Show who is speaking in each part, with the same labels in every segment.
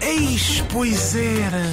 Speaker 1: Eis, pois era!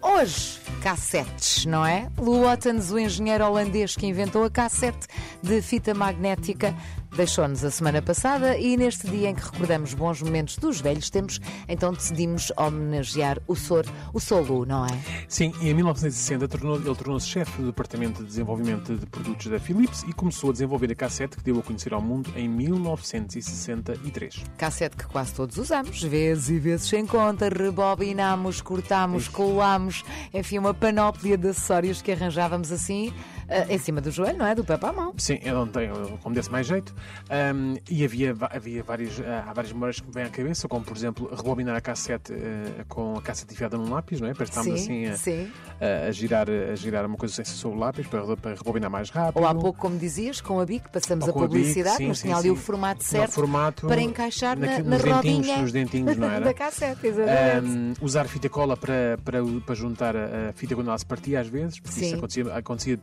Speaker 2: Hoje, cassetes, não é? Lou Wattens, o engenheiro holandês que inventou a cassete de fita magnética, deixou-nos a semana passada e neste dia em que recordamos bons momentos dos velhos tempos, então decidimos homenagear o Sor, o Solu, não é?
Speaker 3: Sim, e em 1960 tornou- ele tornou-se chefe do Departamento de Desenvolvimento de Produtos da Philips e começou a desenvolver a cassete que deu a conhecer ao mundo em 1963.
Speaker 2: Cassete que quase todos usamos, vezes e vezes sem conta, rebobinamos, cortamos, colamos, enfim, uma panóplia de acessórios que arranjávamos assim eh, em cima do joelho, não é? Do papá à mão.
Speaker 3: Sim, eu não tenho, eu- como desse mais jeito. Ahm, e havia, va- havia várias, ah, há várias memórias que me vêm à cabeça, como por exemplo rebobinar a cassete eh, com a cassete enfiada num lápis, não é? Para estarmos
Speaker 2: Sim,
Speaker 3: assim a,
Speaker 2: sim.
Speaker 3: a- a girar, a girar uma coisa sem ser sobre o lápis para, re- para rebobinar mais rápido.
Speaker 2: Ou há pouco, como dizias, com a BIC passamos
Speaker 3: Ou
Speaker 2: a
Speaker 3: Ah, com a bico,
Speaker 2: publicidade,
Speaker 3: sim,
Speaker 2: mas
Speaker 3: sim,
Speaker 2: tinha ali
Speaker 3: sim.
Speaker 2: o formato
Speaker 3: No
Speaker 2: certo
Speaker 3: formato,
Speaker 2: para encaixar na,
Speaker 3: naquilo-
Speaker 2: na
Speaker 3: nos dentinhos,
Speaker 2: rodinha
Speaker 3: nos dentinhos, não era?
Speaker 2: da cassete, exatamente.
Speaker 3: Ahm, usar fita cola para, para, para juntar a, a fita quando ela se partia às vezes, porque
Speaker 2: Sim.
Speaker 3: isso acontecia, acontecia,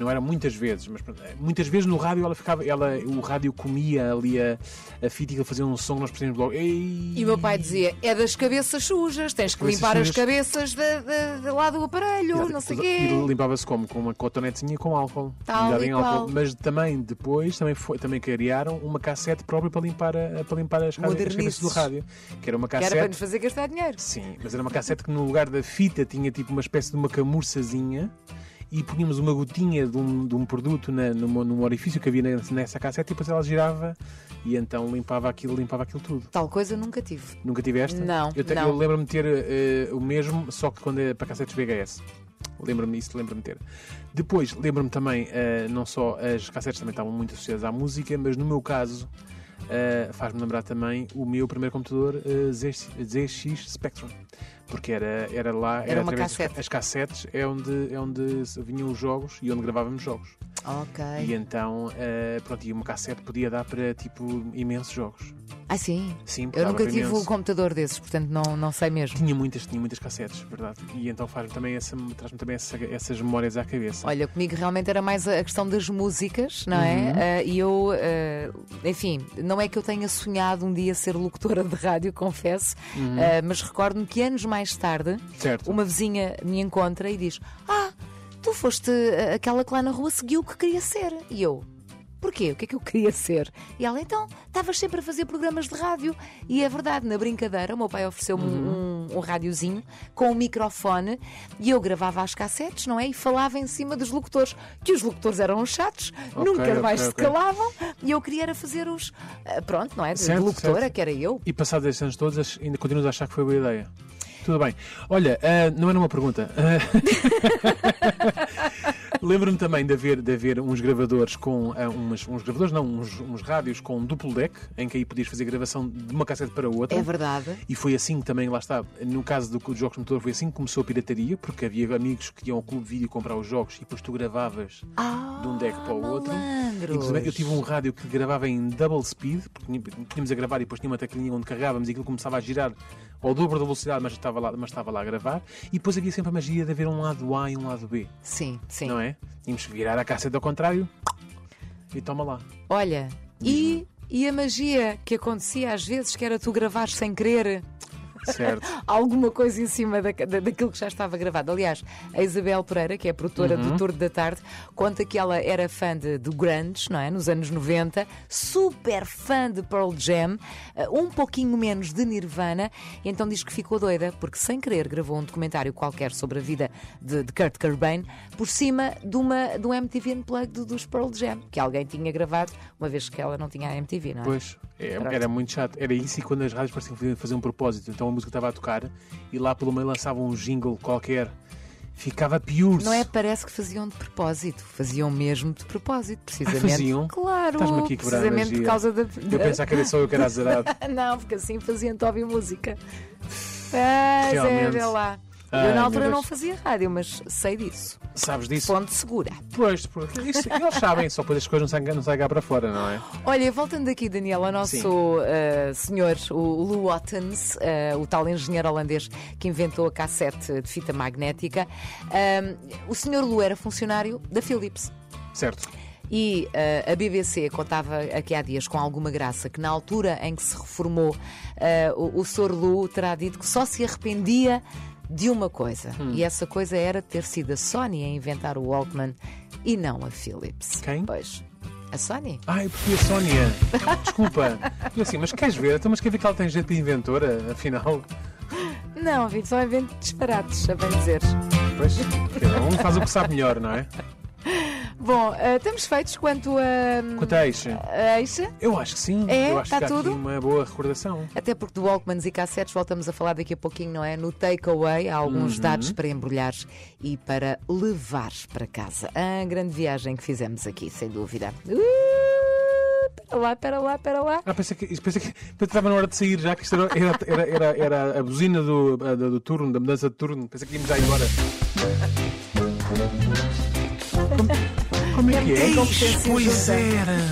Speaker 3: não era muitas vezes, mas pronto, muitas vezes no rádio ela ficava, ela, o rádio comia ali a, a fita e ele fazia um som, nós percebemos logo. Ei!
Speaker 2: E o meu pai dizia: é das cabeças sujas, tens que
Speaker 3: Cabeças
Speaker 2: limpar as
Speaker 3: sujas.
Speaker 2: cabeças da- da- da lá do aparelho,
Speaker 3: Exato,
Speaker 2: não sei o
Speaker 3: E
Speaker 2: quê.
Speaker 3: limpava-se como? Com uma cotonetezinha com álcool.
Speaker 2: Tal
Speaker 3: Molhada
Speaker 2: e
Speaker 3: em álcool.
Speaker 2: qual.
Speaker 3: Mas também depois também, foi, também criaram uma cassete própria para limpar, a, para limpar as, rádio- as cabeças
Speaker 2: Modernices.
Speaker 3: do rádio. Que era uma
Speaker 2: Um Que
Speaker 3: cassete.
Speaker 2: era para nos fazer gastar dinheiro.
Speaker 3: Sim, mas era uma cassete que no lugar da fita tinha tipo uma espécie de uma camurçazinha e punhamos uma gotinha de um, de um produto na, numa- num orifício que havia na- nessa cassete e depois ela girava e então limpava aquilo, limpava aquilo tudo.
Speaker 2: Tal coisa eu nunca tive.
Speaker 3: Nunca tiveste?
Speaker 2: Não,
Speaker 3: Eu, te-
Speaker 2: não.
Speaker 3: eu lembro-me de ter eh, o mesmo, só que quando é para cassetes VHS. Lembro-me disso, lembro-me de ter. Depois, lembro-me também, eh, não só as cassetes também estavam muito associadas à música, mas no meu caso, eh, faz-me lembrar também o meu primeiro computador eh, ZX, ZX Spectrum. Porque era, era lá,
Speaker 2: Era uma
Speaker 3: através das
Speaker 2: cassete.
Speaker 3: ca- as cassetes é onde, é onde se- vinham os jogos e onde gravávamos jogos. E
Speaker 2: Ok.
Speaker 3: então, eh, pronto, e uma cassete podia dar para tipo imensos jogos.
Speaker 2: Ah, sim.
Speaker 3: Sim, porque
Speaker 2: Eu
Speaker 3: dava
Speaker 2: nunca
Speaker 3: para
Speaker 2: tive um
Speaker 3: imenso.
Speaker 2: computador desses, portanto não, não sei mesmo.
Speaker 3: Tinha muitas, tinha muitas cassetes, verdade. E então faz também essa, traz-me também essa- essas memórias à cabeça.
Speaker 2: Olha, comigo realmente era mais a a questão das músicas, não é? Ah, E eu, ah, enfim, não é que eu tenha sonhado um dia ser locutora de rádio, confesso, ah, mas recordo-me que anos mais tarde
Speaker 3: Certo.
Speaker 2: uma vizinha me encontra e diz: Ah, tu foste ah, aquela que lá na rua seguiu o que queria ser. E eu. Porquê? O que é que eu queria ser? E ela, então, estavas sempre a fazer programas de rádio. E é verdade, na brincadeira, o meu pai ofereceu-me
Speaker 3: Uhum.
Speaker 2: um, um radiozinho com um microfone e eu gravava as cassetes, não é? E falava em cima dos locutores, que os locutores eram uns chatos,
Speaker 3: Ok,
Speaker 2: nunca
Speaker 3: ok,
Speaker 2: mais se
Speaker 3: ok.
Speaker 2: calavam e eu queria era fazer os. ah, Pronto, não é? De
Speaker 3: Certo,
Speaker 2: locutora,
Speaker 3: certo.
Speaker 2: que era eu.
Speaker 3: E passados estes anos todos, ach- ainda continuas a achar que foi boa ideia. Tudo bem. Olha, ah, não era uma pergunta. Ah, Lembro-me também de haver, de haver uns gravadores com. ah, umas- uns gravadores, não, uns, uns rádios com um duplo deck, em que aí podias fazer gravação de uma cassete para outra.
Speaker 2: É verdade.
Speaker 3: E foi assim que também, lá está, no caso do, dos jogos de motor, foi assim que começou a pirataria, porque havia amigos que iam ao clube vídeo comprar os jogos e depois tu gravavas
Speaker 2: Ah,
Speaker 3: de um deck para o outro.
Speaker 2: malandros.
Speaker 3: Inclusive, eu tive um rádio que gravava em double speed, porque tinha- tínhamos a gravar e depois tinha uma teclinha onde carregávamos e aquilo começava a girar ao dobro da velocidade, mas estava lá, mas estava lá a gravar. E depois havia sempre a magia de haver um lado A e um lado B,
Speaker 2: Sim, sim.
Speaker 3: não é? Tínhamos que virar a cassete ao contrário e toma lá.
Speaker 2: Olha, e, e a magia que acontecia às vezes, que era tu gravares sem querer
Speaker 3: Certo.
Speaker 2: alguma coisa em cima da, da- daquilo que já estava gravado. Aliás, a Isabel Pereira, que é a produtora do Tour da Tarde, conta que ela era fã de, do Grunge, não é? Nos anos 90, super fã de Pearl Jam, eh, um pouquinho menos de Nirvana, e então diz que ficou doida, porque sem querer gravou um documentário qualquer sobre a vida de, de Kurt Cobain, por cima de, uma, de um MTV Unplugged dos Pearl Jam, que alguém tinha gravado, uma vez que ela não tinha a MTV, não é?
Speaker 3: Pois, é,
Speaker 2: Pronto.
Speaker 3: era muito chato. Era isso e quando as rádios pareciam fazer- fazer um propósito. Então a música estava a tocar e lá pelo meio lançavam um jingle qualquer. Ficava piurso.
Speaker 2: Não é? Parece que faziam de propósito. Faziam mesmo de propósito, precisamente.
Speaker 3: Ah, faziam?
Speaker 2: Claro.
Speaker 3: Estás-me aqui a quebrar a
Speaker 2: precisamente por
Speaker 3: magia.
Speaker 2: causa da.
Speaker 3: Eu pensava que era só eu que era azarado.
Speaker 2: Não, porque assim faziam-te ouvir música. Pois é,
Speaker 3: Realmente.
Speaker 2: vê lá.
Speaker 3: Ai,
Speaker 2: eu na
Speaker 3: meu
Speaker 2: altura
Speaker 3: Deus.
Speaker 2: não fazia rádio, mas sei disso.
Speaker 3: Sabes disso?
Speaker 2: Fonte segura.
Speaker 3: Pois, porque isso, eles sabem, só depois as coisas não saem, não saem cá para fora, não é?
Speaker 2: Olha, voltando aqui, Daniel, ao nosso
Speaker 3: Sim.
Speaker 2: eh, senhor, o Lou Wattens, eh, o tal engenheiro holandês que inventou a cassete de fita magnética, eh, o senhor Lou era funcionário da Philips.
Speaker 3: Certo.
Speaker 2: E eh, a BBC contava aqui há dias com alguma graça que na altura em que se reformou, eh, o, o Sr. Lu terá dito que só se arrependia de uma coisa. E essa coisa era ter sido a Sony a inventar o Walkman e não a Philips.
Speaker 3: Quem?
Speaker 2: Pois. A Sony?
Speaker 3: Ah, eu preferi a Sónia. Desculpa. Eu assim, mas queres ver? Então, mas quer ver que ela tem jeito de inventora, afinal?
Speaker 2: Não, Vitor, só invento disparates, a bem dizer.
Speaker 3: Pois, cada um faz o que sabe melhor, não é?
Speaker 2: Bom, eh, estamos feitos quanto a.
Speaker 3: Quanto a isso,
Speaker 2: a Eixa.
Speaker 3: eu acho que sim.
Speaker 2: É?
Speaker 3: eu acho
Speaker 2: Tá
Speaker 3: que há
Speaker 2: tudo?
Speaker 3: aqui uma boa recordação.
Speaker 2: É. Até porque do Walkmans e cassetes voltamos a falar daqui a pouquinho, não é? No takeaway há alguns dados para embrulhar e para levar para casa. A grande viagem que fizemos aqui, sem dúvida. Uh, Espera lá, espera lá, espera lá.
Speaker 3: Ah, pensei que, pensei que pensei que estava na hora de sair, já que isto era, era, era, era- era a buzina do, da- do turno, da mudança de turno. Pensei que íamos já embora. Como, como é que é?
Speaker 2: Competências
Speaker 1: Pois
Speaker 2: juntas.
Speaker 1: era.